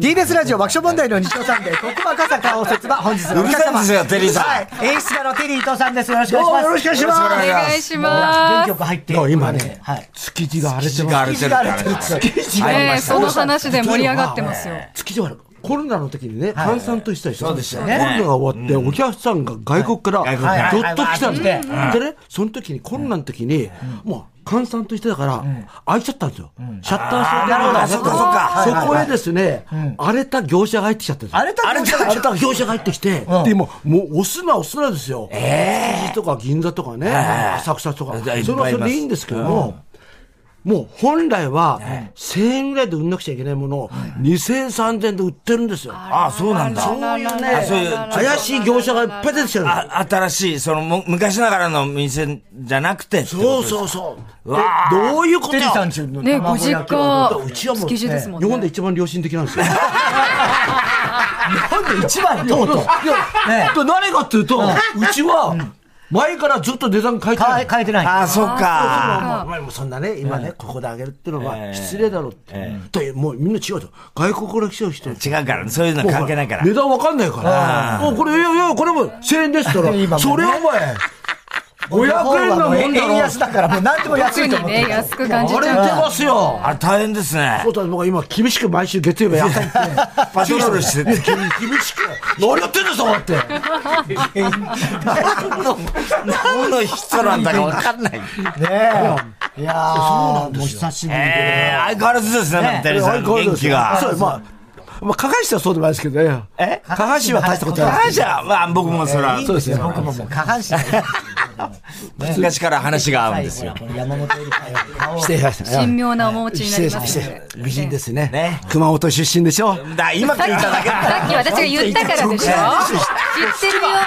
TBS ラジオ爆笑問題の日曜サンデー、徳間赤坂応接場、本日のお客様。うるさいですよテリーさんはい。演出家のテリー伊藤さんです。よろしくおどうもよ願ろいししくおま願いす。しますお願い元気しますよ。く入って。や今ねはい。築地が荒れて血がま荒れ生て地るがか荒られてるって。ねえ、その話で盛り上がってますよ。す。築地はコロナの時にね、い閑散としたでしょ。そうですよコロねナが終わって、お客さんが外国から、はい外ど国からっと来たんはいですよ。でね、その時に、コロナの時に、もう閑散としてたから、開いちゃったんですよ。シャッターあ閉ーなるほどまってそっかそっかそこへですね、荒れた業者が入ってきちゃったんですよ荒れた荒れたあれだ業者が入ってきて、でもう、もう押すな、押すなですよ。築地とか銀座とかね、浅草とか、いっそぱいいれはそますれでいいんですけども、もう本来は1000円ぐらいで売んなくちゃいけないものを2000円、3000円で売ってるんですよ。ああ、そうなんだ。そういうあそういねう、怪しい業者がいっぱい出てきてるんですよ。あ新しい、その、も昔ながらの店じゃなくてってこそうとですそうそう。うわーでどういうことテリーさんよちのねえ、ご卵実焼きを家、うちはもう築地ですもん日ね。本で一番良心的なんですよ。い日本で一番とうとう。や、誰かっていうと、うちは前からずっと値段変えてな変えい。変えてない。ああ、そっか。まあまあもうそんなね、今ね、ここであげるってのえはえ失礼だろうって。というもうみんな違うと。外国から来ちゃう人。違うから、そういうの関係ないから値。段わかんないから。おこれ、いやいや、これも1000円ですったら、 今もねそれお前、500円なもんだ円ろ。安だから、もう何でも安特いとに思ってね、る。安く感じあちれ出ゃう。ます よ。あれ大変ですねそ。うだ、僕は今厳しく毎週月曜日朝行って。パトロールしてて。厳しく。何やってんだぞって。何の、何の人なんだかわかんない。ねえ。いやー、もう久しぶりえで。ー、相変わらずですね、テリーさん、元気 そが。う、まあ、まあ、加賀氏はそうでもないですけどね。え加賀氏は大したことない。あじゃあ、まあ僕もそれは、そうですよ。僕ももう下半身昔から話が合うんですよ。この山本エリカよ顔を失礼しました。神妙なお持ちになり失ますの礼しま。でした美人ですね。ね熊本出身でしょ。だ今聞いただけさっき私が言ったからでしょ言ってるよ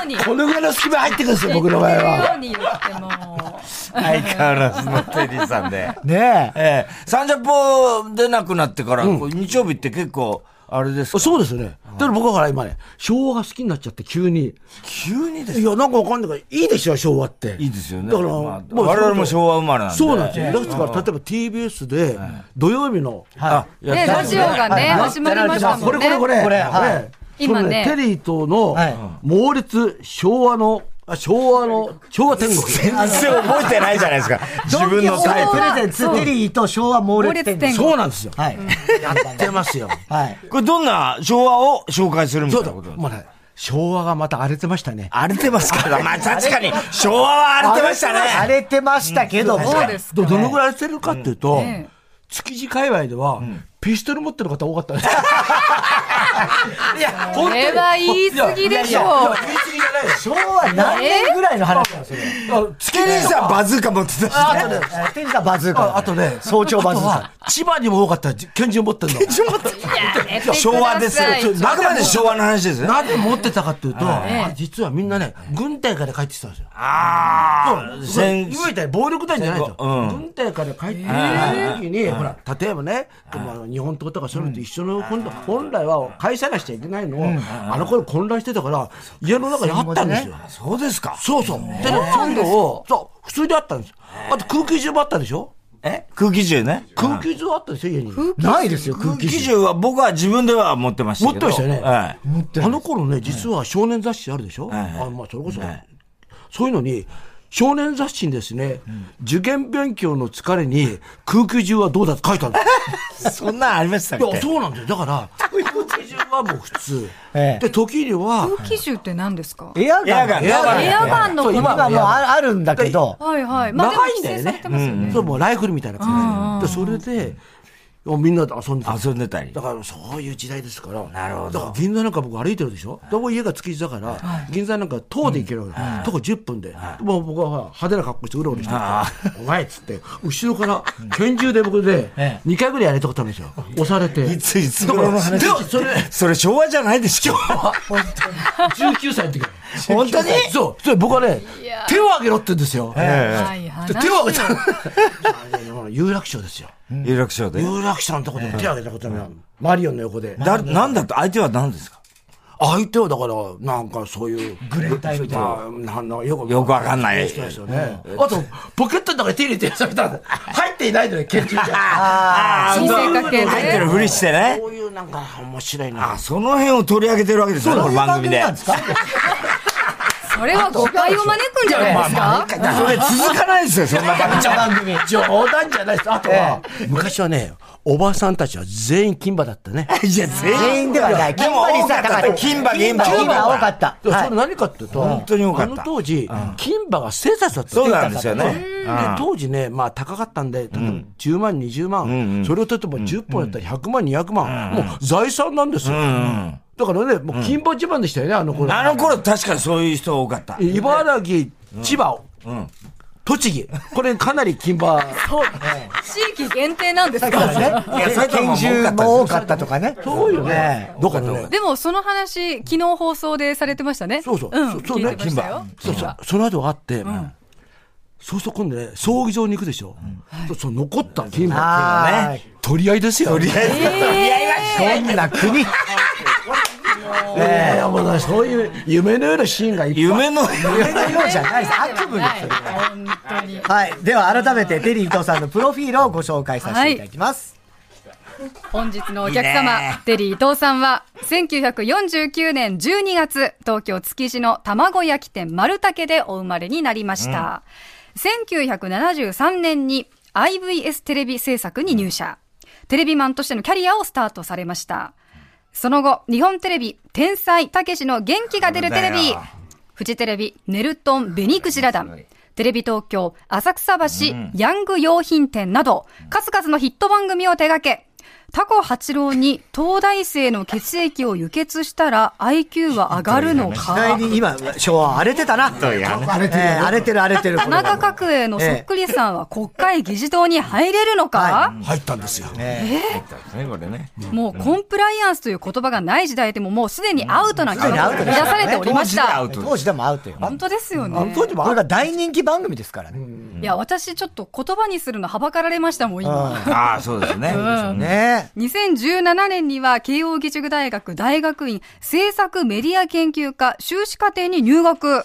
うに。言このぐらいの隙間入ってくるんですよ、僕の場合ってるよは。うに言っても。相変わらずのテリーさんで。ねえ。ええ、サンジャポ出なくなってから、こう日曜日って結構、あれですかそうですよね。だから僕はほら今ね、昭和が好きになっちゃって急に。急にですいや、なんかわかんないから、いいでしょ、昭和って。いいですよねだから、まあ我々も昭和生まれなんでそうなんですよ。だから、例えば TBS で、土曜日の、あ、やね、ラジオがね、はい始まりましたもこれんね。これこれ。これはい今ねそのテリーとのはい、猛烈昭和の、あ昭和の、昭和天国。全然覚えてないじゃないですか。自分のタイドンキホートプル。レゼンツ、テリーと昭和猛烈天猛烈天狗。そうなんですよ。はい。やった出ねますよ。はい。これどんな昭和を紹介するみたそいうなだ。こともうね、昭和がまた荒れてましたね。荒れてますから。まあ確かに、昭和は荒れてました荒ね。れてましたけども。そうですどか。どのぐらいしてるかっていうと、え築地界隈では、ピストル持ってる方多かったです。いや、これは言い過ぎでしょいやいやいや言い過ぎじゃないです昭和何年ぐらいの話なんですよ。あスケリーさんバズーカ持ってたしね。ねテリーさんバズーカ。ああとね、早朝バズーあとはカ。千葉にも多かった、拳銃持ってるの。やめてください昭和ですよ。あくまで昭和の話ですよね。なんで持ってたかっていうと、えあ実はみんなね、軍隊から帰ってきたんですよ。ああ、今戦みたいに暴力団じゃないと、うん軍隊から帰ってきた時に、ほら、例えばね、まあ、日本刀とかそういうのと一緒の、今度本来は返さなくちゃいけないのを、あの頃混乱してたから、家の中にあったんですよ。そうですか。そうそう。でね、そういうのを、そう、普通にあったんですよ。あと空気銃もあったでしょえ空気銃ね。空気銃あったでしょ家に。ないですよ、空空気気銃。銃は僕は自分では持ってましたけど。持ってましたよねはい。あの頃ね、実は少年雑誌あるでしょ、はいはいあまあ、それこそ、そういうのに、少年雑誌にですね、受験勉強の疲れに空気中はどうだって書いてあるんですよそんなんありましたっいや、そうなんですよ。だから、空気中はもう普通。ええで、時には、空気銃って何ですかエアエガアン。ガン。エアガンエアガンのそうこと今今はもうああるんだけど。はいはい。まあでも長いん規だよ制されねてますよ。ね。そう、もうライフルみたいな感じで。でそれで、みんなで遊んでた。遊んでたりだ。から、そういう時代ですから。なるほどだから、銀座なんか僕歩いてるでしょで、僕家が築地だから、銀座なんか塔で行けるわけ。徒歩10分で。もう僕はほら派手な格好してうろうろしてるからお前っつって、後ろから拳銃で僕でええ、 2回ぐらいやれたことあるんですよ。押されて。いついつ頃の話でもそれ、それ昭和じゃないでしょ。 19歳の時 本当にそう。それ僕はね、手を挙げろって言うんですよ。はいはい。で手を挙げた。あれねほら有楽町ですよ。有楽町で。有楽町のとこで手を挙げたことない。マリオンの横で。だ、なんだって、相手は何ですか相手はだから、なんかそういう。グレータイみたいな。まあ、なんのよくよくわかんない人ですよね。あと、ポケットの中に手入れてやされたんで、はいっていないのよ、拳銃が。あ新生活系で入ってるふりしてねこ。ういうなんか面白いなあ、。その辺を取り上げてるわけですね、この番組で。なんですかそれは誤解を招くんじゃないですかそれ続かないですよ、そんな番組。番組。冗談じゃないです。あとは、昔はね、おばさんたちは全員金馬だったね。いや、全全員員ででははな。ないい。でも多かった。金馬、銀馬、金馬多かっった。でもそはれ何かっていうと、本当に多かったあの当時、金馬がステータスだったそうなんですよねステータスだったで、当時ね、まあ高かったんで、例えば10万、20万、それを例えば10本やったら100万、200万、もう財産なんですよ。だからね、もう金馬自慢でしたよね、あの頃。た。あの頃確かにそういう人多かった。茨城、千葉、栃木。これかなり金 馬。地域限定なんですからい。ねいや埼玉も多か拳ったです銃も多かったとかね。そうよね。だからね。でもその話、昨日放送でされてましたね。そうそううん、そうそうね聞いてましたよ。そうそう、その後があって、そうそう、今度ね、葬儀場に行くでしょ。そうそう、残った金馬。あね取り合いですよ。とりあえず、あ、どんな国。ええもうだそういう夢のようなシーンがいっぱい。夢の、夢のようじゃないです。悪夢です。本当に。はい。では改めてテリー伊藤さんのプロフィールをご紹介させていただきます。本日のおいい客様、ねテリー伊藤さんは、1949年12月、東京築地の卵焼き店丸竹でお生まれになりました。1973年に IVS テレビ制作に入社。テレビマンとしてのキャリアをスタートされました。その後、日本テレビ、天才たけしの元気が出るテレそうビだよ、フジテレビ、ネルトン、ベニクジラ団、テレビ東京、浅草橋、ヤング用品店など、数々のヒット番組を手掛け、タコ八郎に東大生の血液を輸血したら IQ は上がるの意外かに今、昭和荒れてたな。荒れてる、荒れてる、荒れてる。田中角栄のそっくりさんは国会議事堂に入れるのか、入ったんですよ。ね、これね。もうコンプライアンスという言葉がない時代でももうすでにアウトな記当時憶がアウトで生みすよね出されておりまし当時アウたト。当時でもアウトよ。本当ですよね。当時もこれが大人気番組ですからね。いや、私ちょっと言葉にするのはばかられましたもん、今。ああ、そうですね。ね2017年には慶応義塾大学大学院政策メディア研究科修士課程に入学、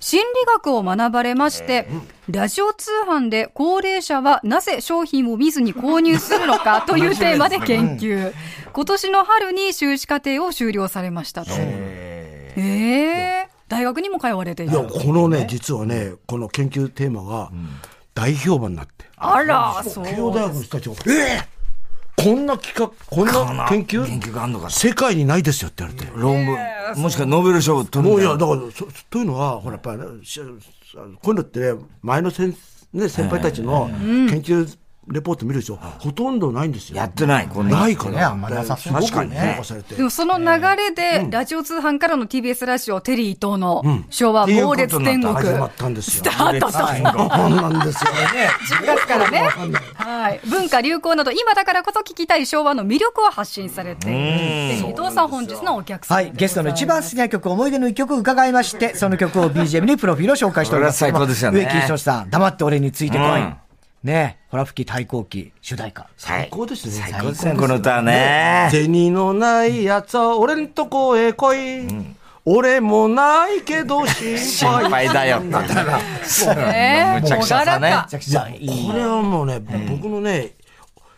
心理学を学ばれまして、ラジオ通販で高齢者はなぜ商品を見ずに購入するのかというテーマで研究、今年の春に修士課程を修了されましたと。ええ大学にも通われていいや、た。このね、実はね、この研究テーマが大評判になって。あら、そう。慶応大学の人たちも、ええこんな企画、こんな研究研究があんのか世界にないですよって言われて。論文、もしくはノーベル賞を取るもんういだや、だから、そというのは、ほら、やっぱり、しこういうのってね、前の先,、ね、先輩たちの研究レポート見るでしょ、ほとんどないんですよ。やってない、こんな。ないかねら。あんまなさそう確かに確かにねね。評価されてでもその流れで、ラジオ通販からの TBS ラジオ、テリー伊藤の昭和猛烈天国、始まったんですスよタ。ートと。そうなんですよ。 10月からね。はい。文化流行など、今だからこそ聞きたい昭和の魅力を発信されている。テリー伊藤さん本日のお客は様でい。ございます。ゲストの一番好きな曲、思い出の一曲伺いまして、その曲を BGM にプロフィールを紹介しております。これは最高ですよね植木仁さん、黙って俺についてこい。うんねえ、ほら吹き対抗期、主題歌。最高ですね最高ですね、この歌は ね。銭のないやつは俺んとこへ来い。俺もないけど心心配。配だよって。だから、ねむちゃくちゃだね。朗らかめちゃくちゃいい。これはもうね、僕のね、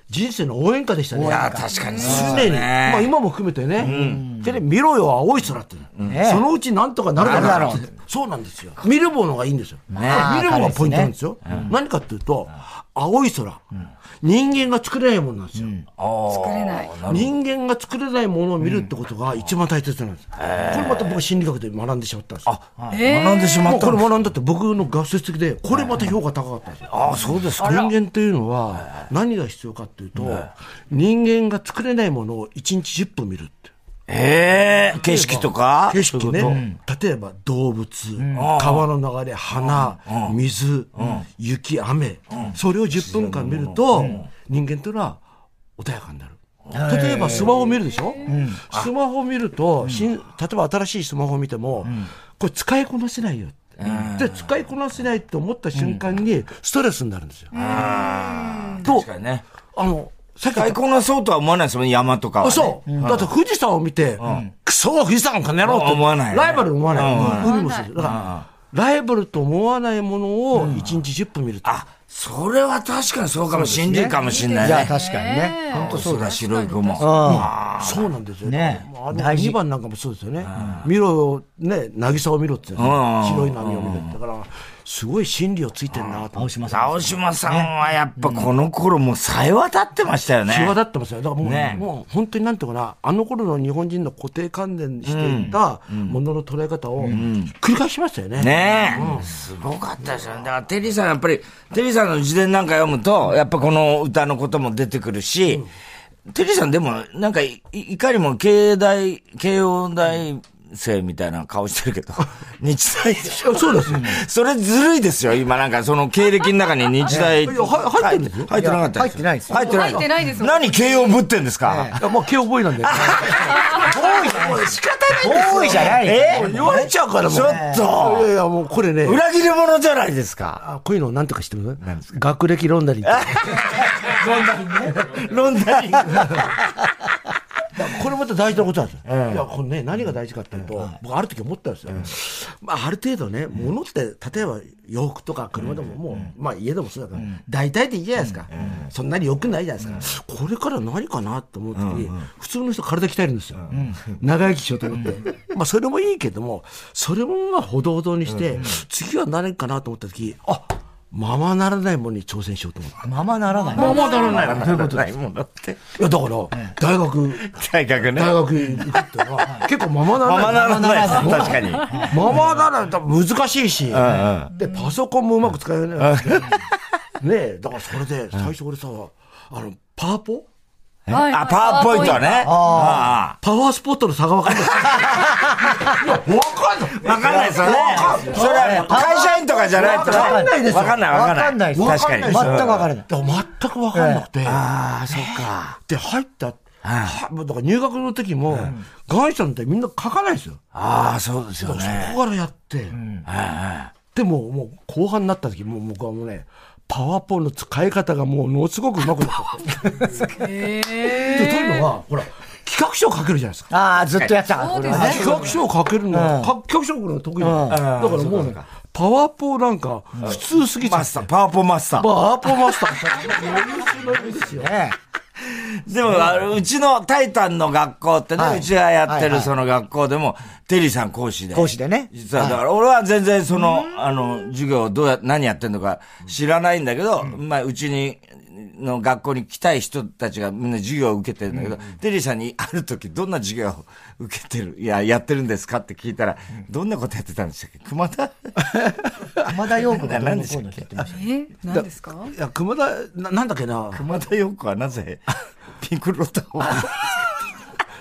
人生の応援歌でしたね。いや、確かにそう常だに、まあね。今も含めてね、テレビ見ろよ、青い空って、ねそのうちなんとかなるだなるろだうっろて、そうなんですよ。見るものがいいんですよ。あ見るものがポイントなんですよ。何かっていうと、青い空、人間が作れないものなんですよ。作れない人間が作れないものを見るってことが一番大切なんです。これまた僕は心理学で学んでしまったんですよ。学んでしまもっうこたれの。学んだって僕の学説的で、これまた評価高かったんですよ。ああ、そうですか。人間というのは何が必要かっていうと、人間が作れないものを1日10分見るって。ええ、景色とか景色ね、そういうこ例えば動物、川の流れ、花、水、雪、雨、それを10分間見ると、人間というのは穏やかになる。例えばスマホを見るでしょ、スマホを見ると、新例えば新しいスマホを見ても、これ使いこなせないよって。で、使いこなせないと思った瞬間に、ストレスになるんですよ。とと確かにね。あの、さっき言っ最た高なそうとは思わないですもん、山とかはあ、ね。そう。だって富士山を見て、クソ富士山かねろって思わないよねライバル思わない。うん海もそうですだから、ライバルと思わないものを1日10分見ると。あ、それは確かにそうかもしんないかもしんないいや、ね。確かにね。本当そそううだだ、し。白い子も。そうなんですよ。ねもうあの大事2番なんかもそうですよね。見ろ、ね、渚を見ろって言ううんの白い波を見ろって。だから、すごい心理をついてんなと思青って。島さん。青島さんはやっぱこの頃もうさえ渡ってましたよね。際立ってますよ。だからもう、ねもう本当になんていうかな、あの頃の日本人の固定観念していたものの捉え方を繰り返しましたよね。ねえ、すごかったですよね。だからテリーさんやっぱり、テリーさんの自伝なんか読むと、やっぱこの歌のことも出てくるし、テリーさんでもなんかい、いいかにも経大、慶応大生みたいな顔してるけど、日大でしょそうです、それずるいですよ、今なんかその経歴の中に日大。いやは入ってるんですよ入ってなかっいたや入ってないですよ入ってない入ってないですよ何慶応ぶってんですか、いや、もう気覚え なんだよ。もう仕方多いじゃないえ言われちゃうからもう。ちょっといやいや、もうこれね。裏切り者じゃないですか。あこういうのなんとかしてる学歴ロンダリーって。ロンダリング。これまた大事なことなんですよ。いや、これね、何が大事かっていうと、僕、ある時思ったんですよ。まあ、ある程度ね、物って、例えば洋服とか車でも、もう、まあ、家でもそうだから、大体でいいじゃないですか。そんなに良くないじゃないですか。これから何かなって思う時に、普通の人体鍛えるんですよ。長生きしようと思って。 まあ、それもいいけども、それもまあ、ほどほどにして、次は何かなと思った時、あままならないものに挑戦しようと思って。ままならない。ままならない。どういうことないもんだって。いや、だから、大学、大学ね。大学行くっていうのは、結構ままならまない。まならないです。確かに。ままだら多分難しいし、んで、パソコンもうまく使えないし。ねえ、だからそれで、最初俺さ、あの、パワポはいあ、パワーポイント。ね。あパワースポットの差が分かんない。いや、分かんあ。わかんないですよね。それは会社員とかじゃないとね。わかんないですよわかんない、わかんない。わかんないです確かに。わかんないです全く分からないだから全く分かんなくて。ああ、そっか。で、入った、はだから入学の時も、ガンシャンってみんな書かないですよ。ああ、そうですよそね。こからやって。でも、もう後半になった時、もう僕はもうね、パワポの使い方がもうものすごくうまくなった。で、というのは、ほら、企画書を書けるじゃないですか。ああ、ずっとやってた。そうですね企画書を書けるのは、か企画書を書くのが得意なんだだからもうね、パワポなんか普通すぎちゃマうスター、パワーポマスターパ。ワポマスター。余裕ですよ。ねでも、あのうちのタイタンの学校ってね、はいうちがやっはていはるいその学校でも、テリーさん講師で。講師でね実は、だから俺は全然その、あの、授業どうや、何やってんのか知らないんだけど、まあ、うちに、の学校に来たい人たちがみんな授業を受けてるんだけど、テリーさんにある時どんな授業を受けてる、いや、やってるんですかって聞いたら、どんなことやってたんでしたっけ熊田熊田陽子がどう何のでしこたうのっって言けってましえ何ですかいや、熊田、ななんだっけな。熊田陽子はなぜ、ピンクローターを。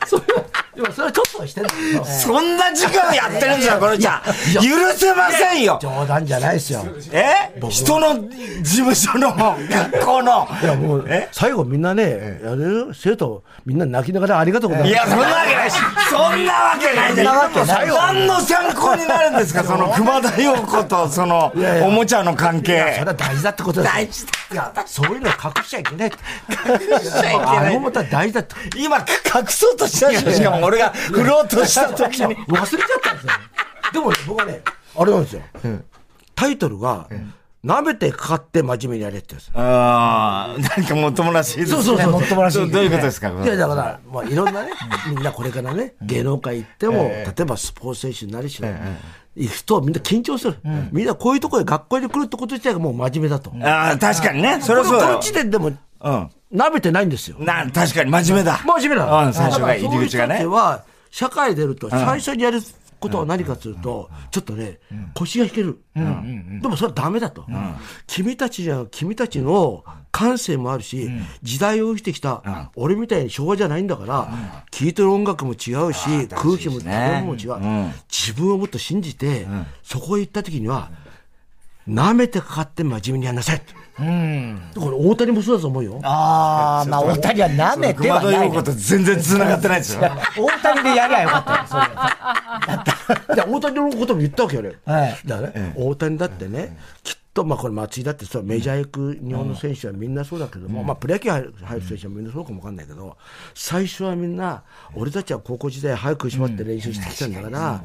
それは、いやそれはちょっとはしてんだけど。そんな授業やってるんじゃ、これじゃ。許せませんよ。 冗談じゃないですよ。え人の事務所の学校の。いやもうえ最後みんなね、やる生徒、みんな泣きながらありがとうございいまや、そんなわけないし。そんなわけないでそんなわけない何の参考になるんですかその熊田陽子とそのやいやおもちゃの関す。そ係れ。は大事だってことだ。大事だいや、そういうの隠しちゃいけないって。隠しちゃいけあなのいもた大事だって。今、隠そうとしたでしょしかも俺が振ろうとした 時忘に。れちゃったんですよ。でもね、僕はね、あれなんですよ。タイトルが、舐めてかかって真面目にやれってやつ。ああ、なんかもっともらしいですね。そうそうそうもっともらしい。どういうことですかいや、だから、まあ、いろんなね、みんなこれからね、芸能界行っても、例えばスポーツ選手になりしろ、行くとみんな緊張する。みんなこういうところへ学校に来るってこと自体がもう真面目だと。ああ、確かにね。それはこそうれだこのよ。時点でも、うん。舐めてないんですよ。な、確かに真面目だ。真面目なの。うん、最初がだからそ入り口がういう人たちね。は、社会出ると、最初にやることは何かというと、ちょっとね、腰が引ける。でもそれはダメだと。君たちじゃ、君たちの感性もあるし、時代を生きてきた、俺みたいに昭和じゃないんだから、聴いてる音楽も違うし、空気も食べ物も違う。自分をもっと信じて、そこへ行った時には、舐めてかかって真面目にやんなさい。これ大谷もそうだと思うよ。たああ、まあ、大谷は舐めて熊は田な曜い子ね。と全然繋がってないですよ。大谷でやりゃよかったよそれいや大谷のことも言ったわけよね。はいだからね、大谷だってね、きっと、まあ、これ、松井だって、それはメジャー行く日本の選手はみんなそうだけども、まあ、プロ野球入る入る選手はみんなそうかもわかんないけど、最初はみんな、俺たちは高校時代、早く縛って練習してきたんだから、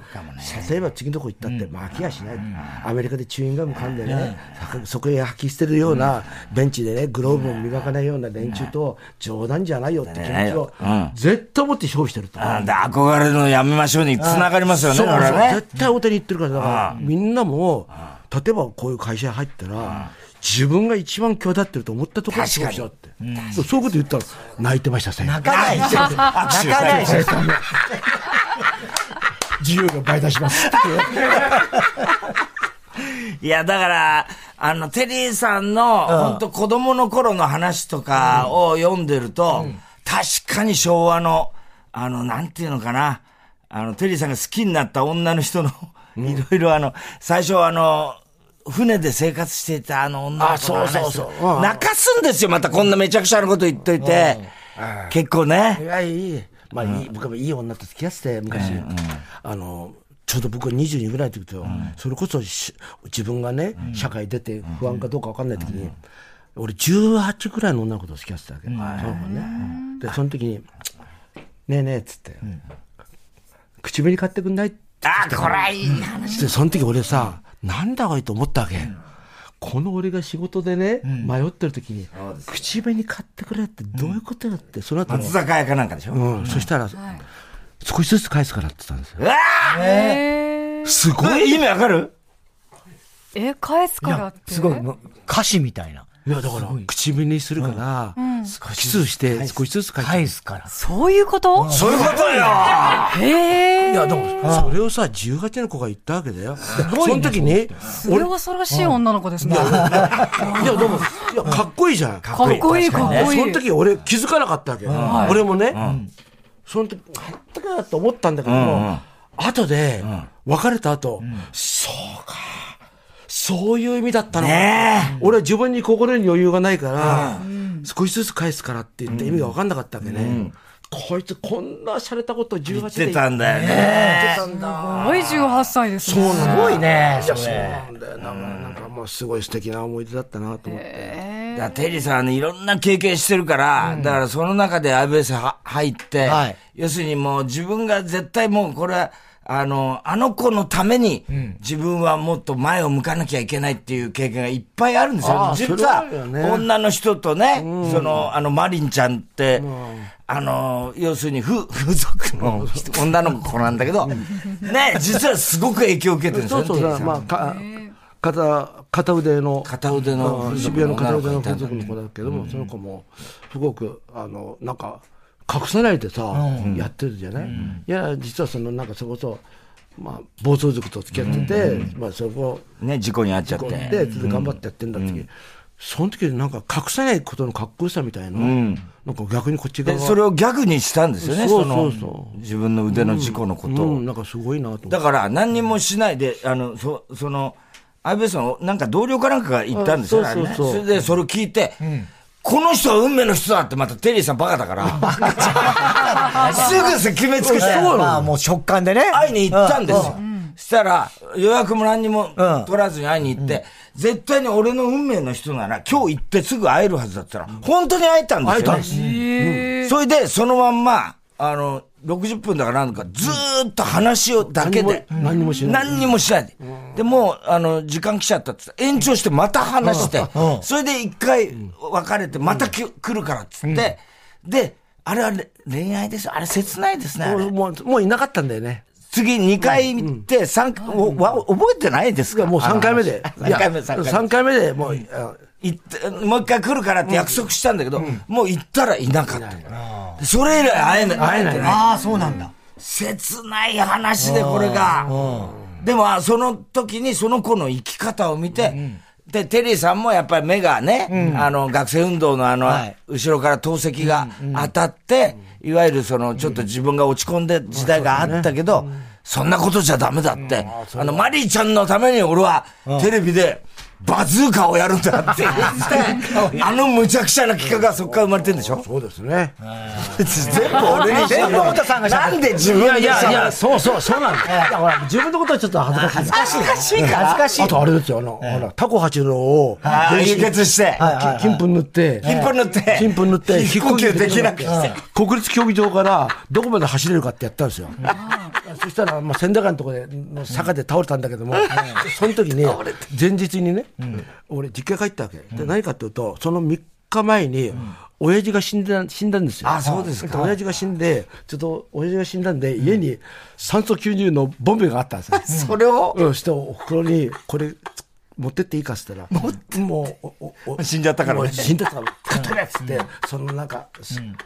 例えば次のとこ行ったって、まあ、飽きやしない、アメリカでチューインガム噛んでね、そこへ吐き捨てるような、ベンチでね、グローブを磨かないような連中と、冗談じゃないよって気持ちをうん、絶対持って勝負してると。なんで憧れるのやめましょうに繋がりますよね、そうこれそうね。絶対大谷言ってるから、だからみんなも、例えばこういう会社に入ったら、自分が一番際立ってると思ったところに確かにそうしようって、そうそういうこと言ったら、泣いてました、先泣かないでしょ。握手泣かないでしょ。自由が倍出しますって。いや、だから、あの、テリーさんの、本当子供の頃の話とかを読んでると、確かに昭和の、あの、なんていうのかな、あの、テリーさんが好きになった女の人の、いろいろあの、最初はあの、船で生活していたあの女の子の話あそうそうそううん泣かすんですよ、またこんなめちゃくちゃなこと言っといて。結構いね。や、いい。まあ、いい、僕もいい女と付き合ってて、昔。あの、ちょうど僕が22ぐらいの時と、それこそし自分がね、社会出て不安かどうかわかんない時に、俺18ぐらいの女の子と付き合ってたわけ。その子ね。で、その時に、ねえねえっつって、口紅買ってくんないってあ、これはいい話。で、その時俺さ、なんだこいと思ったわけ。この俺が仕事でね、迷ってる時に、口紅買ってくれってどういうことよって、その後ね松坂屋かなんかでしょ。ううん、そしたら、少しずつ返すからって言ったんですよ。わえー、すー意味わかるえ、返すからって。すごい、もう歌詞みたいな。いや、だから、口紅にするから、キスして少しずつ返す。返すから。そういうことそういうことよへえ。いや、でも、それをさ、18の子が言ったわけだよ。その時に、いや、それは恐ろしい女の子ですね。かでも、いやかっこいいじゃん。かっこいい、かっこいい。その時俺気づかなかったわけよ。俺もね、その時、買ったかなと思ったんだけども、後で、別れた後、そうか、そういう意味だったのか。ねえ。俺は自分に心に余裕がないから、少しずつ返すからって言って意味が分かんなかったわけね。こいつこんな洒落たこと18言でってたんだよね。すごい18歳ですね。すごいね、そそうれ。なんだよな。なんかもうすごい素敵な思い出だったなと思って。だからテリーさんはね、いろんな経験してるから、だからその中で IBS は入って、はい要するにもう自分が絶対もうこれは、あの、あの子のために、自分はもっと前を向かなきゃいけないっていう経験がいっぱいあるんですよあ。あ実それははあるよ、ね女の人とね、その、あの、マリンちゃんって、あの、要するに、ふ風俗の人女の子なんだけど、ね、実はすごく影響を受けてるんですそようね、そうテそリーう、さんまあ、か片片腕の、片腕の、渋谷の片腕の女風の子いた俗の子だけども、その子も、すごく、あの、なんか、隠さないでさ、やってるじゃない、いや、実はその、なんか、それこそ、まあ、暴走族と付き合ってて、まあ、そこね、事故に遭っちゃって。で、それで頑張ってやってんだって時、その時になんか、隠さないことのかっこよさみたいな、なんか逆にこっちで、側がそれをギャグにしたんですよね、そそそううのそう、自分の腕の事故のことうをん、。なんかすごいなと思だって。から、何にもしないで、あの、そ、その、相部さん、なんか同僚かなんかが行ったんですよ、あそうそうそうあれねそれで、それを聞いて、この人は運命の人だって、またテリーさんバカだから、 すぐさ、決めつけて、まあ、もう食感でね。会いに行ったんですよう。したら、予約も何にもうん取らずに会いに行って、絶対に俺の運命の人なら、今日行ってすぐ会えるはずだったら、本当に会えたんですよ、会えね。たんですへえそれで、そのまんま、あの、60分だからなんか、ずーっと話をだけで。何にもしない何にもしないで。で、もう、あの、時間来ちゃったっつって、延長してまた話してうんう、んそれで一回別れて、またき来るからっつって、で、あれはれ恋愛ですよ。あれ切ないですね。あれもう、もういなかったんだよね。次2回行って、三回おわ覚えてないですかもう3回目で。 3回い目、や3回三目。回目で、もう、あ行ってもう一回来るからって約束したんだけど、もう行ったらいなかった。でそれ以来会えない。会えない。ああ、そうなんだ。切ない話でこれが。でも、あその時にその子の生き方を見て、で、テリーさんもやっぱり目がね、あの、学生運動のあの、はい後ろから投石が当たって、いわゆるその、ちょっと自分が落ち込んで時代があったけど、そんなことじゃダメだって、あの、マリーちゃんのために俺は、テレビで、バズーカをやるんだって言って、あの無茶苦茶な企画がそこから生まれてんでしょそうですね。全部俺に全部太田さんが喋なるんで自分でいやい喋や、るそうそう、そうなんだよ。いやほら、自分のことはちょっと恥ずかしい。恥ずかしいから。恥ずかしいあ。とあれですよ、あの、ほら、タコ八郎を、あー輸血しきて、金粉塗って、金粉塗って、金粉塗って、 飛行機できなくして。国立競技場からどこまで走れるかってやったんですよ。そしたら、まあ、千駄ヶ谷のところで、の坂で倒れたんだけども、その時に、前日にね、俺、実家帰ったわけ。で、何かっていうと、その3日前に、親父が死んだ、死んだんですよ。あそうですか親父が死んで、ちょっと、親父が死んだんで、家に酸素吸入のボンベがあったんですよ。 それを、うん、して、お袋に、これ、持ってっていいかっつったら、もう、おおお死んじゃったからもうね。死んだから、かっとれっつって、そのなんか、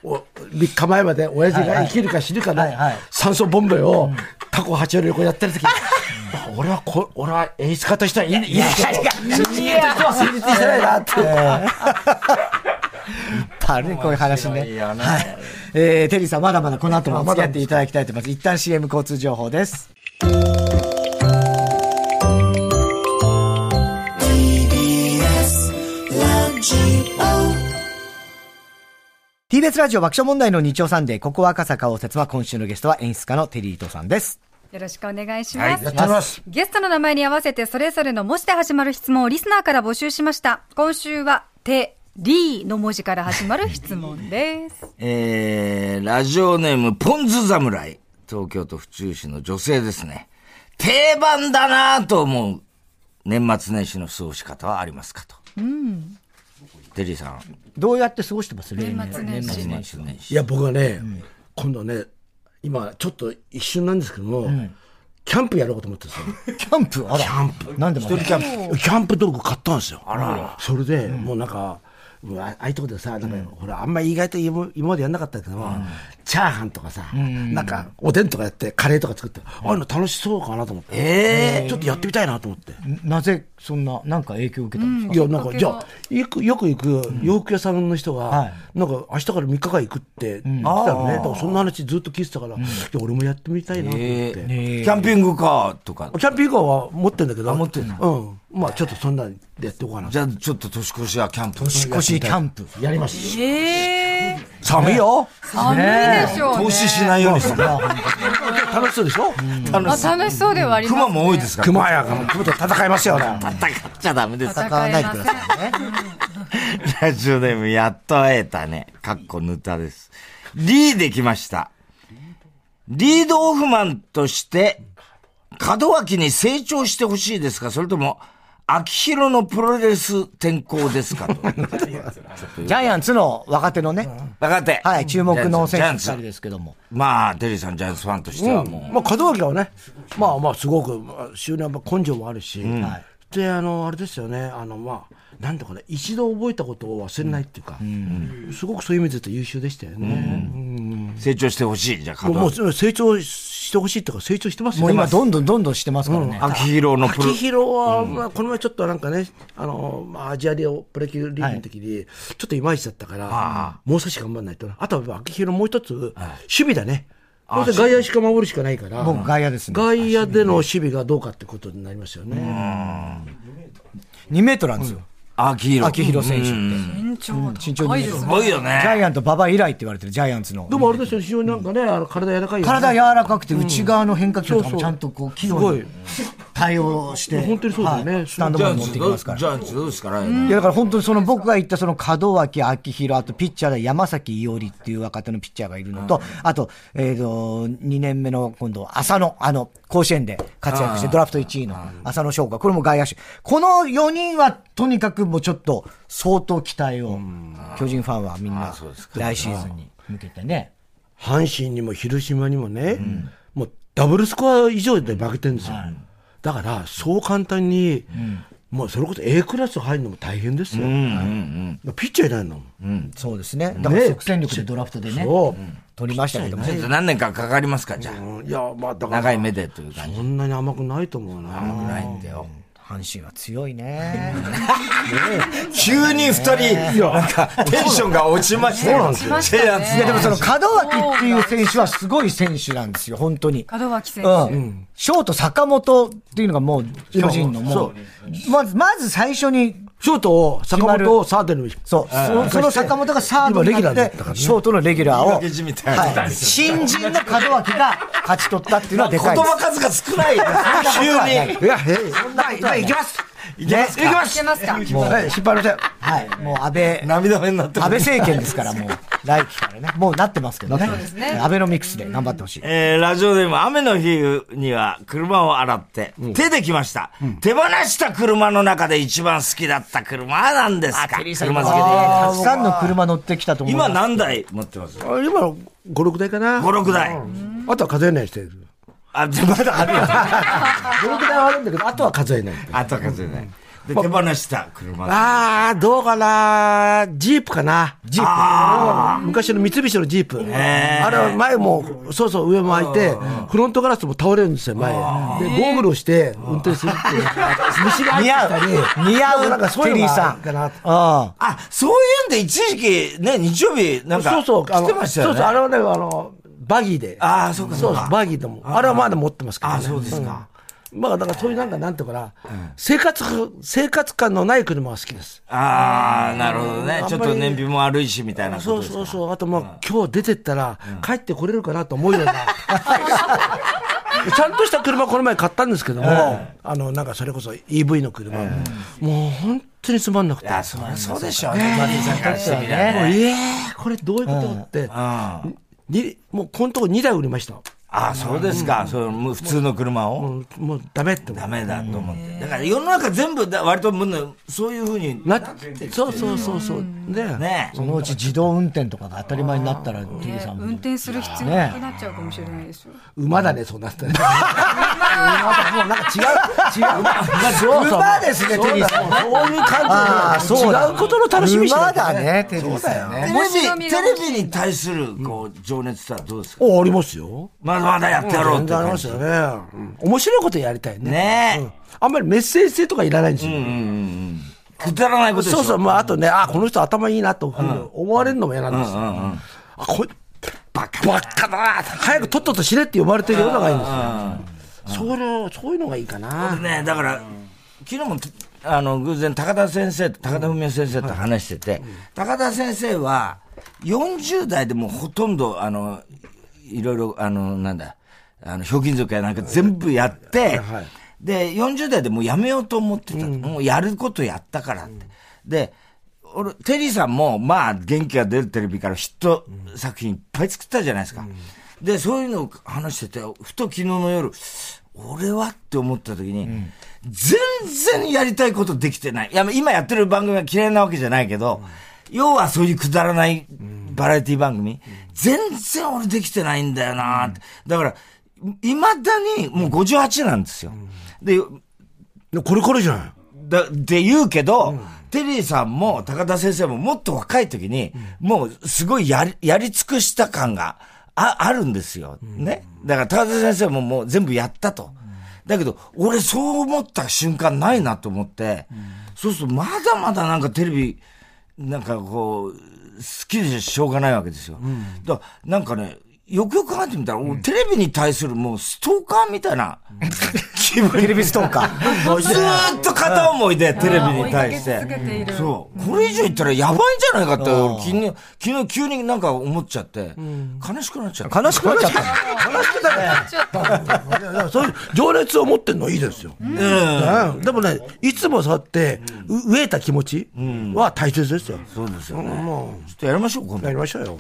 お3日前まで親父が生きるか死ぬかのはいはい酸素ボンベをタコ八割横やってる時に、俺はこ、俺は演出家としてはいい、いいけど、人間としては成立してないなって。あるね、こういう話ね。はい。えー、テリーさん、まだまだこの後もお付き合っていただきたいと思います。一旦 CM 交通情報です。TBS ラジオ爆笑問題の日曜サンデー、ここは赤坂応接は今週のゲストは演出家のテリー伊藤さんです。よろしくお願いしまはいす。やってみますゲストの名前に合わせてそれぞれの文字で始まる質問をリスナーから募集しました。今週は、て、りの文字から始まる質問です。えー、ラジオネーム、ポンズ侍。東京都府中市の女性ですね。定番だなぁと思う年末年始の過ごし方はありますかと。うん。テリーさん、どうやって過ごしてます年末年始年始年い始。や、僕はね、今度ね、今、ちょっと一瞬なんですけども、キャンプやろうと思ってるんですよ。キャンプあら。キャンプ。なんでまだキャンプ道具買ったんですよ。それで、もうなんか、うわああいうとこでさ、なんか、ほら、あんまり意外と今今までやんなかったけども、チャーハンとかさ、なんか、おでんとかやって、カレーとか作って、ああいうの楽しそうかなと思って、ええちょっとやってみたいなと思って。なぜそんな、なんか影響を受けたんですか、いや、なんきっかけか、がじゃあ、よく、よく行く洋服屋さんの人はがい、なんか、明日から3日間行くって言ってたのね。だからそんな話ずっと聞いてたから、いや、俺もやってみたいなと思っえーて。キャンピングカーとか。キャンピングカーは持ってんだけど。持ってんだうん。まあちょっとそんなんでやっておこうかな。じゃあちょっと年越しはキャンプ。年越しキャンプ。やります。えー、寒いよ。寒いでしょうね。投資しないようにする。楽しそうでしょあ楽しそうではあります、ね。熊も多いですから。熊谷が、熊と戦いますよ、ね。戦っちゃダメです。戦買わえないでまくせんださいね。ラジオネーム、やっと会えたね。かっこぬたです。リーできました。リードオフマンとして、門脇に成長してほしいですかそれとも、秋広のプロレス転向で すかと。ジャイアンツの若手のね、若手。はい、注目のジャイア選ン手ツ2人ですけども。まあ、テリーさん、ジャイアンツファンとしてはもう。まあ、門脇はね、まあまあ、すごく、まあ周年は根性もあるし、で、あの、あれですよね、あの、まあ、なんとかね、一度覚えたことを忘れないっていうか、すごくそういう意味で言うと優秀でしたよね。成長してほしい。じゃあ、もう門も脇。う成長してほしいっていうか、成長してますもよう今、どんどんどんどんしてますからね。秋広のプロ秋広は、まあ、この前ちょっとなんかね、あの、まあ、アジアでプロ野球リーグの時に、ちょっといまいちだったから、もう少し頑張らないとな。あとはやっぱ秋広もう一つ、守備だね。これで外野しか守るしかないから、僕外野ですね外野での守備がどうかってことになりますよね。 2メートルなんですよ。秋広。秋広選手っうんて。身長身長高い2ですすね。ごいよジャね。イアント馬場以来って言われてるジャイアンツので。もあれですよ、非常になんかね、あの体柔らかいよね。体柔らかくて内側の変化球とかそうそもうちゃんとこう、器すご用いに。対応して。本当にそうだよねはいスタンドまで持ってきどうますジから。ャイアンツどうですかね。いやだから本当にその僕が言ったその門脇、秋広、あとピッチャーで山崎伊織っていう若手のピッチャーがいるのと、あと、えっ、と、2年目の今度、浅野、あの、甲子園で活躍してドラフト1位の浅野翔吾、これも外野手。この4人はとにかくもうちょっと相当期待を、巨人ファンはみんな来シーズンに向けてね。阪神にも広島にもね、もうダブルスコア以上で負けてるんですよ。だから、そう簡単に、もうそれこそ A クラス入るのも大変ですよ。ピッチャーいないの。そうですね。だから即戦力でドラフトでね、そう取りましたけどもち。ょっと何年かかかりますか、じゃあ。うんいや、まあだから、長い目でという感じ。そんなに甘くないと思うな。ないんだよ。阪神は強いね。急に二人、なんか、テンションが落ちましたよ。そうなんですよ。いやでもその門脇っていう選手はすごい選手なんですよ、本当に。門脇選手。うん。ショート坂本っていうのがもう、巨人のもう、まず、まず最初に、ショートを、坂本をサーデルに。そう、そその坂本がサードに今なっレギュラーだってたから、ねショートのレギュラーを、言い訳じみたいなはい新人の門脇が勝ち取ったっていうのはで言かいです葉。数が少ない。急に。いや、へい。はい、いきますいきますか。いけますかもう、はい、失敗のせい。はい、もう安倍、涙目になって安倍政権ですから、もう、来期からね。もうなってますけどね。すねアベノミクスで頑張ってほしい。えー、ラジオでも雨の日には車を洗って、手で来ました、手放した車の中で一番好きだった車は何ですか車好たくさんの車乗ってきたときで。思いま今す。何台持ってますあ今、5、6台かな。 ?5、6台。あとは数えない人いる。あ、でまだあるよ。 5、6台はあるんだけど、あとは数えない。あと数えない。で、手放した車。ああー、どうかなジープかなジープ。昔の三菱のジープ。あれは前も、そうそう、上も開いて、フロントガラスも倒れるんですよ、前。で、ゴーグルをして、運転するっていう。虫が入似合ってきたう。り。似なんか合う、そういテうリのがーさあんる。かなとあそういうんで一時期ね、日曜日なんかそうそう、あ来のてましたよそうね。そう、あれはね、あの、バギーで。あーそうかそうかそう、バギーでも。あれはまだ持ってますけどね。あーそうですかうん。まあ、だからそういうなんか、なんていうかな、生活、生活感のない車が好きです。あーなるほどねあんま。りちょっと燃費も悪いし、みたいなことそうですかそうそう。あともう、今日出てったら、帰ってこれるかなと思うような。ちゃんとした車この前買ったんですけども、あの、なんかそれこそ EV の車、もう本当につまんなくて。いや、そりゃそうでしょうね。マリーさんからしてみりゃもうね。ええこれどういうことって、うんにもうこのとこ2台売りました。ああ、そうですか。そうもう普通の車を。もうもうダメって思ダうメだと思って。だから世の中全部だ、割ともうねそういうふうに、なそうそうそうそう。ねねあ。そのうち自動運転とかが当たり前になったら、テリーねさんも。運転する必要なくなっちゃうかもしれないですよ。馬だね、そうなったら。馬だもうなんか違う、違う。そうそう馬ですね、テリーさん。そういうあ感あ、じでそうだ。違うことの楽しみし馬なきゃだね、テリーさんね。テレビ、テレビに対する、こう、情熱ってのはどうですかおありますよ。まだまだやってやろう全って然あり感まじ。すよね。うん面白いことやりたいね。ねえうんあんまりメッセージ性とかいらないんですよ。くだらないことでしょそうそう、まあ、あとね、あ、この人頭いいなというふうに思われるのも嫌なんですよ。あ、こいバカバカだな早くとっとと死ねって呼ばれてる世のがいいんですよ。それ、そういうのがいいかな。ねだから、昨日も、あの、偶然、高田先生と、高田文夫先生と話してて、高田先生は、40代でもうほとんど、あの、いろいろ、あの、なんだ、あの、ひょうきん族やなんか全部やって、はいで、40代でもうやめようと思ってた。もうやることやったからって。で、俺、テリーさんも、まあ、元気が出るテレビからヒット作品いっぱい作ったじゃないですか。で、そういうのを話してて、ふと昨日の夜、俺はって思った時に、全然やりたいことできてない。いや、今やってる番組は嫌いなわけじゃないけど、要はそういうくだらないバラエティ番組、全然俺できてないんだよなって、だから、いまだにもう58なんですよ。で、でこれこれじゃない。だ、で言うけど、テリーさんも高田先生ももっと若い時に、もうすごいやり、やり尽くした感があ、あるんですよ。ね。だから高田先生ももう全部やったと。だけど、俺そう思った瞬間ないなと思って、そうするとまだまだなんかテレビ、なんかこう、好きでしょうがないわけですよ。だから、なんかね、よくよく考えてみたら、俺テレビに対するもうストーカーみたいな気分テレビストーカー。ずーっと片思いでテレビに対して追いかけ続けている。そう。これ以上言ったらやばいんじゃないかって、俺昨日、昨日急になんか思っちゃって、悲しくなっちゃった。悲しくなっちゃったの。だからそういう情熱を持ってるのいいですよ。うんでもね、いつもそうやって、う飢えた気持ちは大切ですよ。そうですようね。んもちょっとやりましょう、今う、や度。りましょうよ。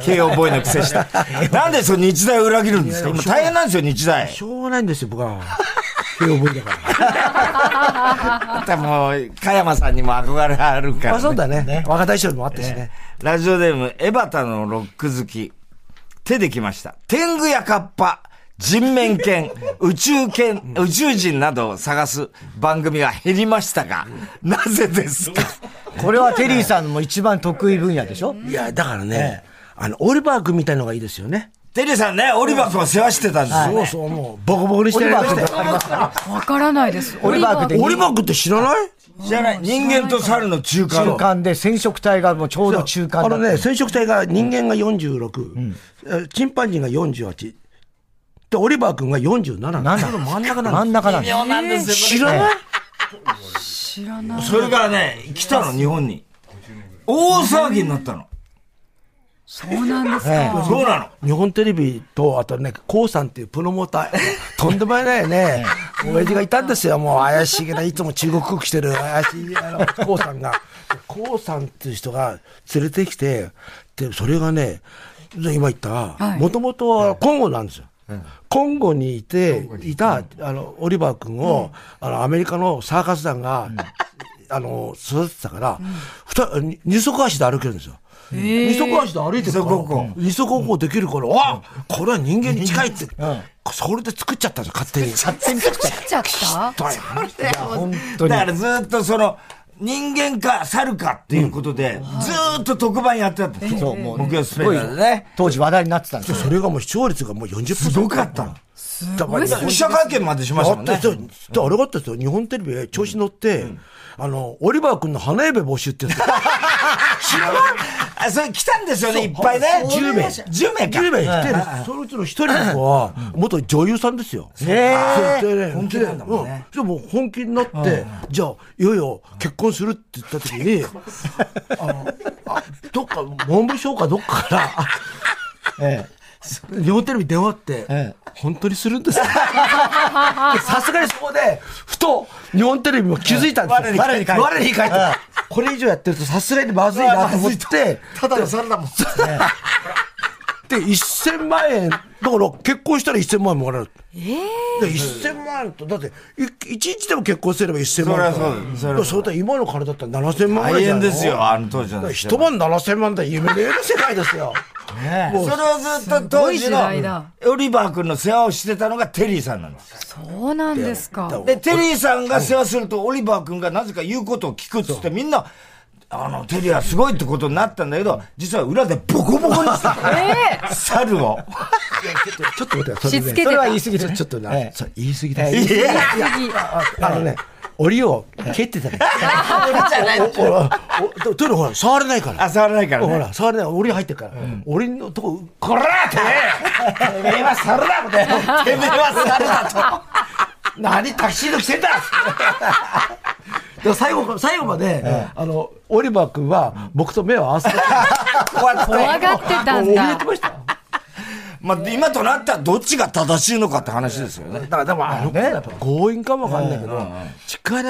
慶応ボーイの癖した。なんでその日大を裏切るんですか今大変なんですよ、日大。しょうがないんですよ、僕 は。慶応ボーイだから。またもう、加山さんにも憧れあるから、まあそうだね。若大将にもあったしね。ラジオネーム、エバタのロック好き。手できました。天狗やカッパ、人面犬、宇宙犬、宇宙人などを探す番組が減りましたが、なぜですかこれはテリーさんも一番得意分野でしょいや、だからね、あの、オールバークみたいのがいいですよね。テリーさんね、オリバー君を世話してたんですよそうね。そう、もう、ボコボコにしてやりましたよ。わからないです。オリバークでオリバックって知らない知らない。人間と猿の中間中。間で染色体がもうちょうど中間だあったのね、染色体が人間が46、えチンパンジーが48。で、オリバー君が47。なんだ真ん中な真んでん中なんです。なんですす知らない知らない。それからね、来たの、日本に。大騒ぎになったの。そうなんですえか。そうなの。日本テレビと、あとね、コウさんっていうプロモーター、とんでもない ね、親父がいたんですよ、もう怪しげな、いつも中国国してる怪しい、あの、コウさん が。コウさんっていう人が連れてきて、で、それがね、今言った、いもともとはコンゴなんですよ。コンゴにいて、いた、あの、オリバー君を、あの、アメリカのサーカス団が、あの、育ててたから、ふたに二足足で歩けるんですよ。二足足で歩いてるから、二足歩行できるから、あこれは人間に近いって、それで作っちゃったんですよ、勝手に。勝手に作っ作っちゃった当にだからずっとその、人間か猿かっていうことで、ずーっと特番やってたんですそよ。う、もう、木曜スペシャルでね。当時話題になってたんですよ。それがもう視聴率がもう40%。すすごかったの。だからすごい記者会見までしましたもんあねっ。たんですよあれがあったんですよ。日本テレビで調子乗って、あの、オリバー君の花嫁募集って言ってた。あ、それ来たんですよね、いっぱいね。 10名。 10名か。 10名来てる。そのうちの一人の子は、元女優さんですよ。えそれでね本気なんだもんねうでもう本気になって、じゃあ、いよいよ結婚するって言った時に、あの、あどっか、文部省かどっかから、え日本テレビに電話あって、ええ本当にするんですか さすがにそこで、ふと、日本テレビも気づいたんですよ。我に返った我に返った。 これ以上やってるとさすがにまずいなと思って、ただの猿だ もん。で、1000万円、だから結婚したら1000万円もらえる。で、1000万円と、だって、い一日でも結婚すれば1000万円だから。そりゃそうですそりゃそうだからそれだったら今の金だったら7000万円大変ですよ、あの当時だのから人。一晩7000万円だ夢のような世界ですよ。ねもうそれはずっと当時すごい時代だのオリバー君の世話をしてたのがテリーさんなんです。そうなんですか。で、テリーさんが世話するとオリバー君がなぜか言うことを聞くっつってみんな、あの、テリーはすごいってことになったんだけど、実は裏でボコボコにしてた。猿を。ちょっと待ってしつけてそたれは言い過ぎだ。ちょっとええな、そう言い過ぎだ。いや次あのね、檻を蹴ってたね。おおおとというのはほら、触れないから。あ、触らないからほね。ら、触れない。檻入ってるから。檻のとこ、こらーてめえは猿だみたいな。てめえは猿だと。何タキシード着てんだでも最後、最後まで、あの、オリバー君は僕と目を合わせて、怖が怖がってたん怯えだて。ました。まあ、今となったらどっちが正しいのかって話ですよね。だから でもあの子やっぱ強引かもわかんないけど、力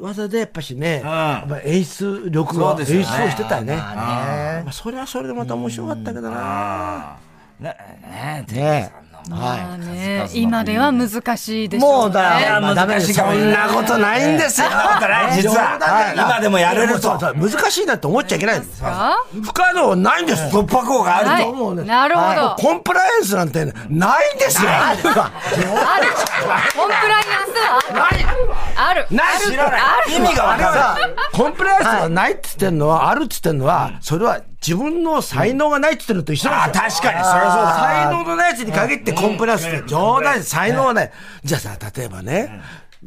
技でやっぱしね、やっぱ演出力そうはで演すよね出をしてたよね。まあそれはそれでまた面白かったけどな。ね、ねえ。ねえ。まあはね、今では難しいでい。しょもうだかねら、まあダメですよ。難しいかもそんなことないんですよ。ない実冗は談だよ今でもやれるとそうそう難しいなって思っちゃいけないんです。不可能はないんです。突破口があると。もうはい。ねなるほど。コンプライアンスなんてないんですよ。 ある。コンプライアンスはある。ある。ない知らないあ。る意味がわからない。コンプライアンスがないって言ってんのは、あるって言ってんのは、それは自分の才能がないって言ってるのと一緒なんあ、ですよ。確かに、そりゃそうだ。才能のないやつに限ってコンプライアンスって冗談で才能はない。じゃあさ、例えばね、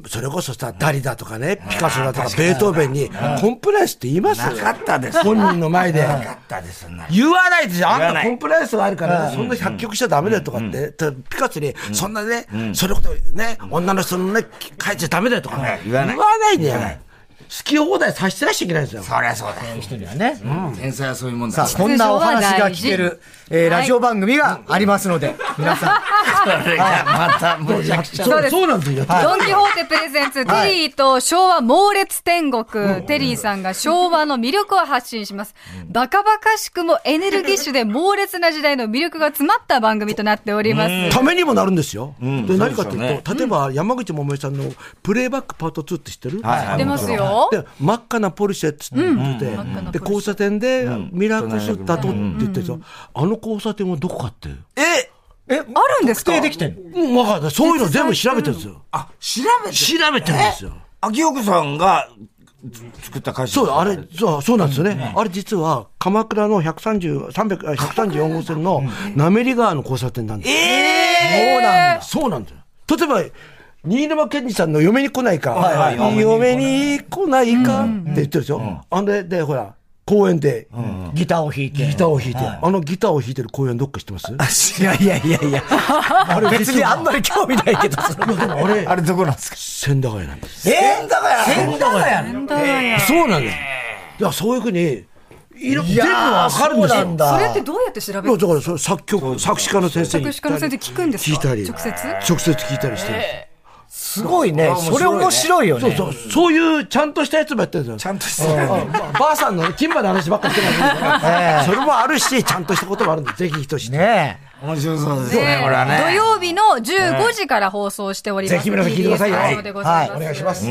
それこそさ、ダリだとかね、ピカソだとか、ベートーベンに、コンプライアンスって言いますなかったです。本人の前で。なかったです。な言わないでしょあ言わんなたいコンプライアンスがあるから、そんな百曲しちゃダメだよとかって、ただピカチュウに、そんなね、それこそね、女の人のね、書いちゃダメだよとかね、言わないでよ。好き放題させてらっしゃいけないんですよ。そりゃそうだ。人にはね。天才はそういうもんさだ。あ、こんなお話が聞ける、えーラジオ番組がありますので、皆さん。また、もう、そうですそうなんですよ。ドン・キホーテプレゼンツ、テリーと昭和猛烈天国、テリーさんが昭和の魅力を発信します。バカバカしくもエネルギッシュで猛烈な時代の魅力が詰まった番組となっております。ためにもなるんですよ。んで、何かとそうでいすうと、例えば山口百恵さんのプレイバックパート2って知ってるはいはい出ますよ。で真っ赤なポルシェっつって言ってて、なでポル交差点でミラクルショットだとって言ってるでしょ、あの交差点はどこかって、ええ、あるんですか特定できてんのうん、分かったそういうの全部調べてるんですよあ、調べて。調べてるんですよ秋奥さんが、作った会社。そう、あれ、そう、そうなんですよね。あれ実は、鎌倉の130、300あ134号線の、なめり川の交差点なんです。ええそうなんだ。そうなんだよ。例えば、新沼健二さんの嫁に来ないか、いはい嫁に来ないかって言ってるでしょ。あれで、ほら、公園で、ギターを弾いて。ギターを弾いて、あのギターを弾いてる公園どっか知ってますいやいやいやいや。あれ別にあんまり興味ないけど、その あれ、あれどこなんですか千駄ヶ谷なんです。千駄ヶ谷千駄ヶ谷だからそうなんです。だからそういうふうに、いろ、全部わかるんですそうなよん。そだ。れってどうやって調べもうるだからそれ作曲、作詞家の先生に作詞家の先生聞くんですか聞いたり直接直接聞いたりしてるんですごいね。それ面白いよすよね。そうそうそういうちゃんとしたやつもやってるんですちよゃんとしてる。あまあばあさんの金馬の話ばっかりしてますけどそれもあるしちゃんとしたこともあるんでぜひ一つね面白そうですね、これはね。土曜日の15時から放送しておりまぜす。ひ皆さん聞いてくださいよ TBS ラジオでございます。はいお願いします。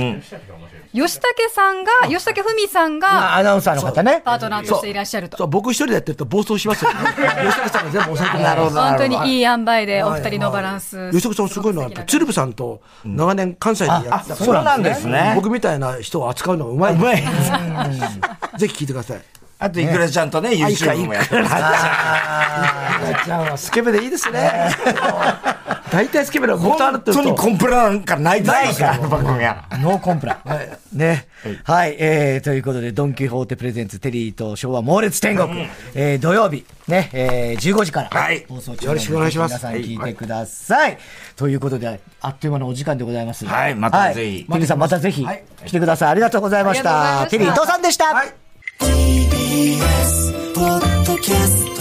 吉武さんが、吉武文さんえ。まあがアナウンサーの方ね。パートナーとしていらっしゃると。そう僕一人でやってると暴走しますよ吉高さんが全部抑えてなるほ本当にいい塩梅でお二人のバランス。吉高さんすごいのはやっぱ鶴瓶さんと長年関西でやってたからそうなんですね。僕みたいな人を扱うのがうまい僕、ね、ぜひ聞いてくださいあと、いくらちゃんとね、YouTube もやってる。ちゃんはスケベでいいですね 大体スケベな元あるって本る当にとコンプラなんかないですから、あの番組は。ノーコンプラ。 ね。はい。えー、ということで、ドン・キホーテプレゼンツ、テリーと昭和猛烈天国、えー、土曜日、ね、えー、15時から、はい放送中よろしくお願いします皆さん聞いてください。ということで、あっという間のお時間でございます。はいまたぜひテリーさん、またぜひ、来てください。ありがとうございましあた。りがとテうござリいーまし伊藤たさんでした。 TBS ポッドキャスト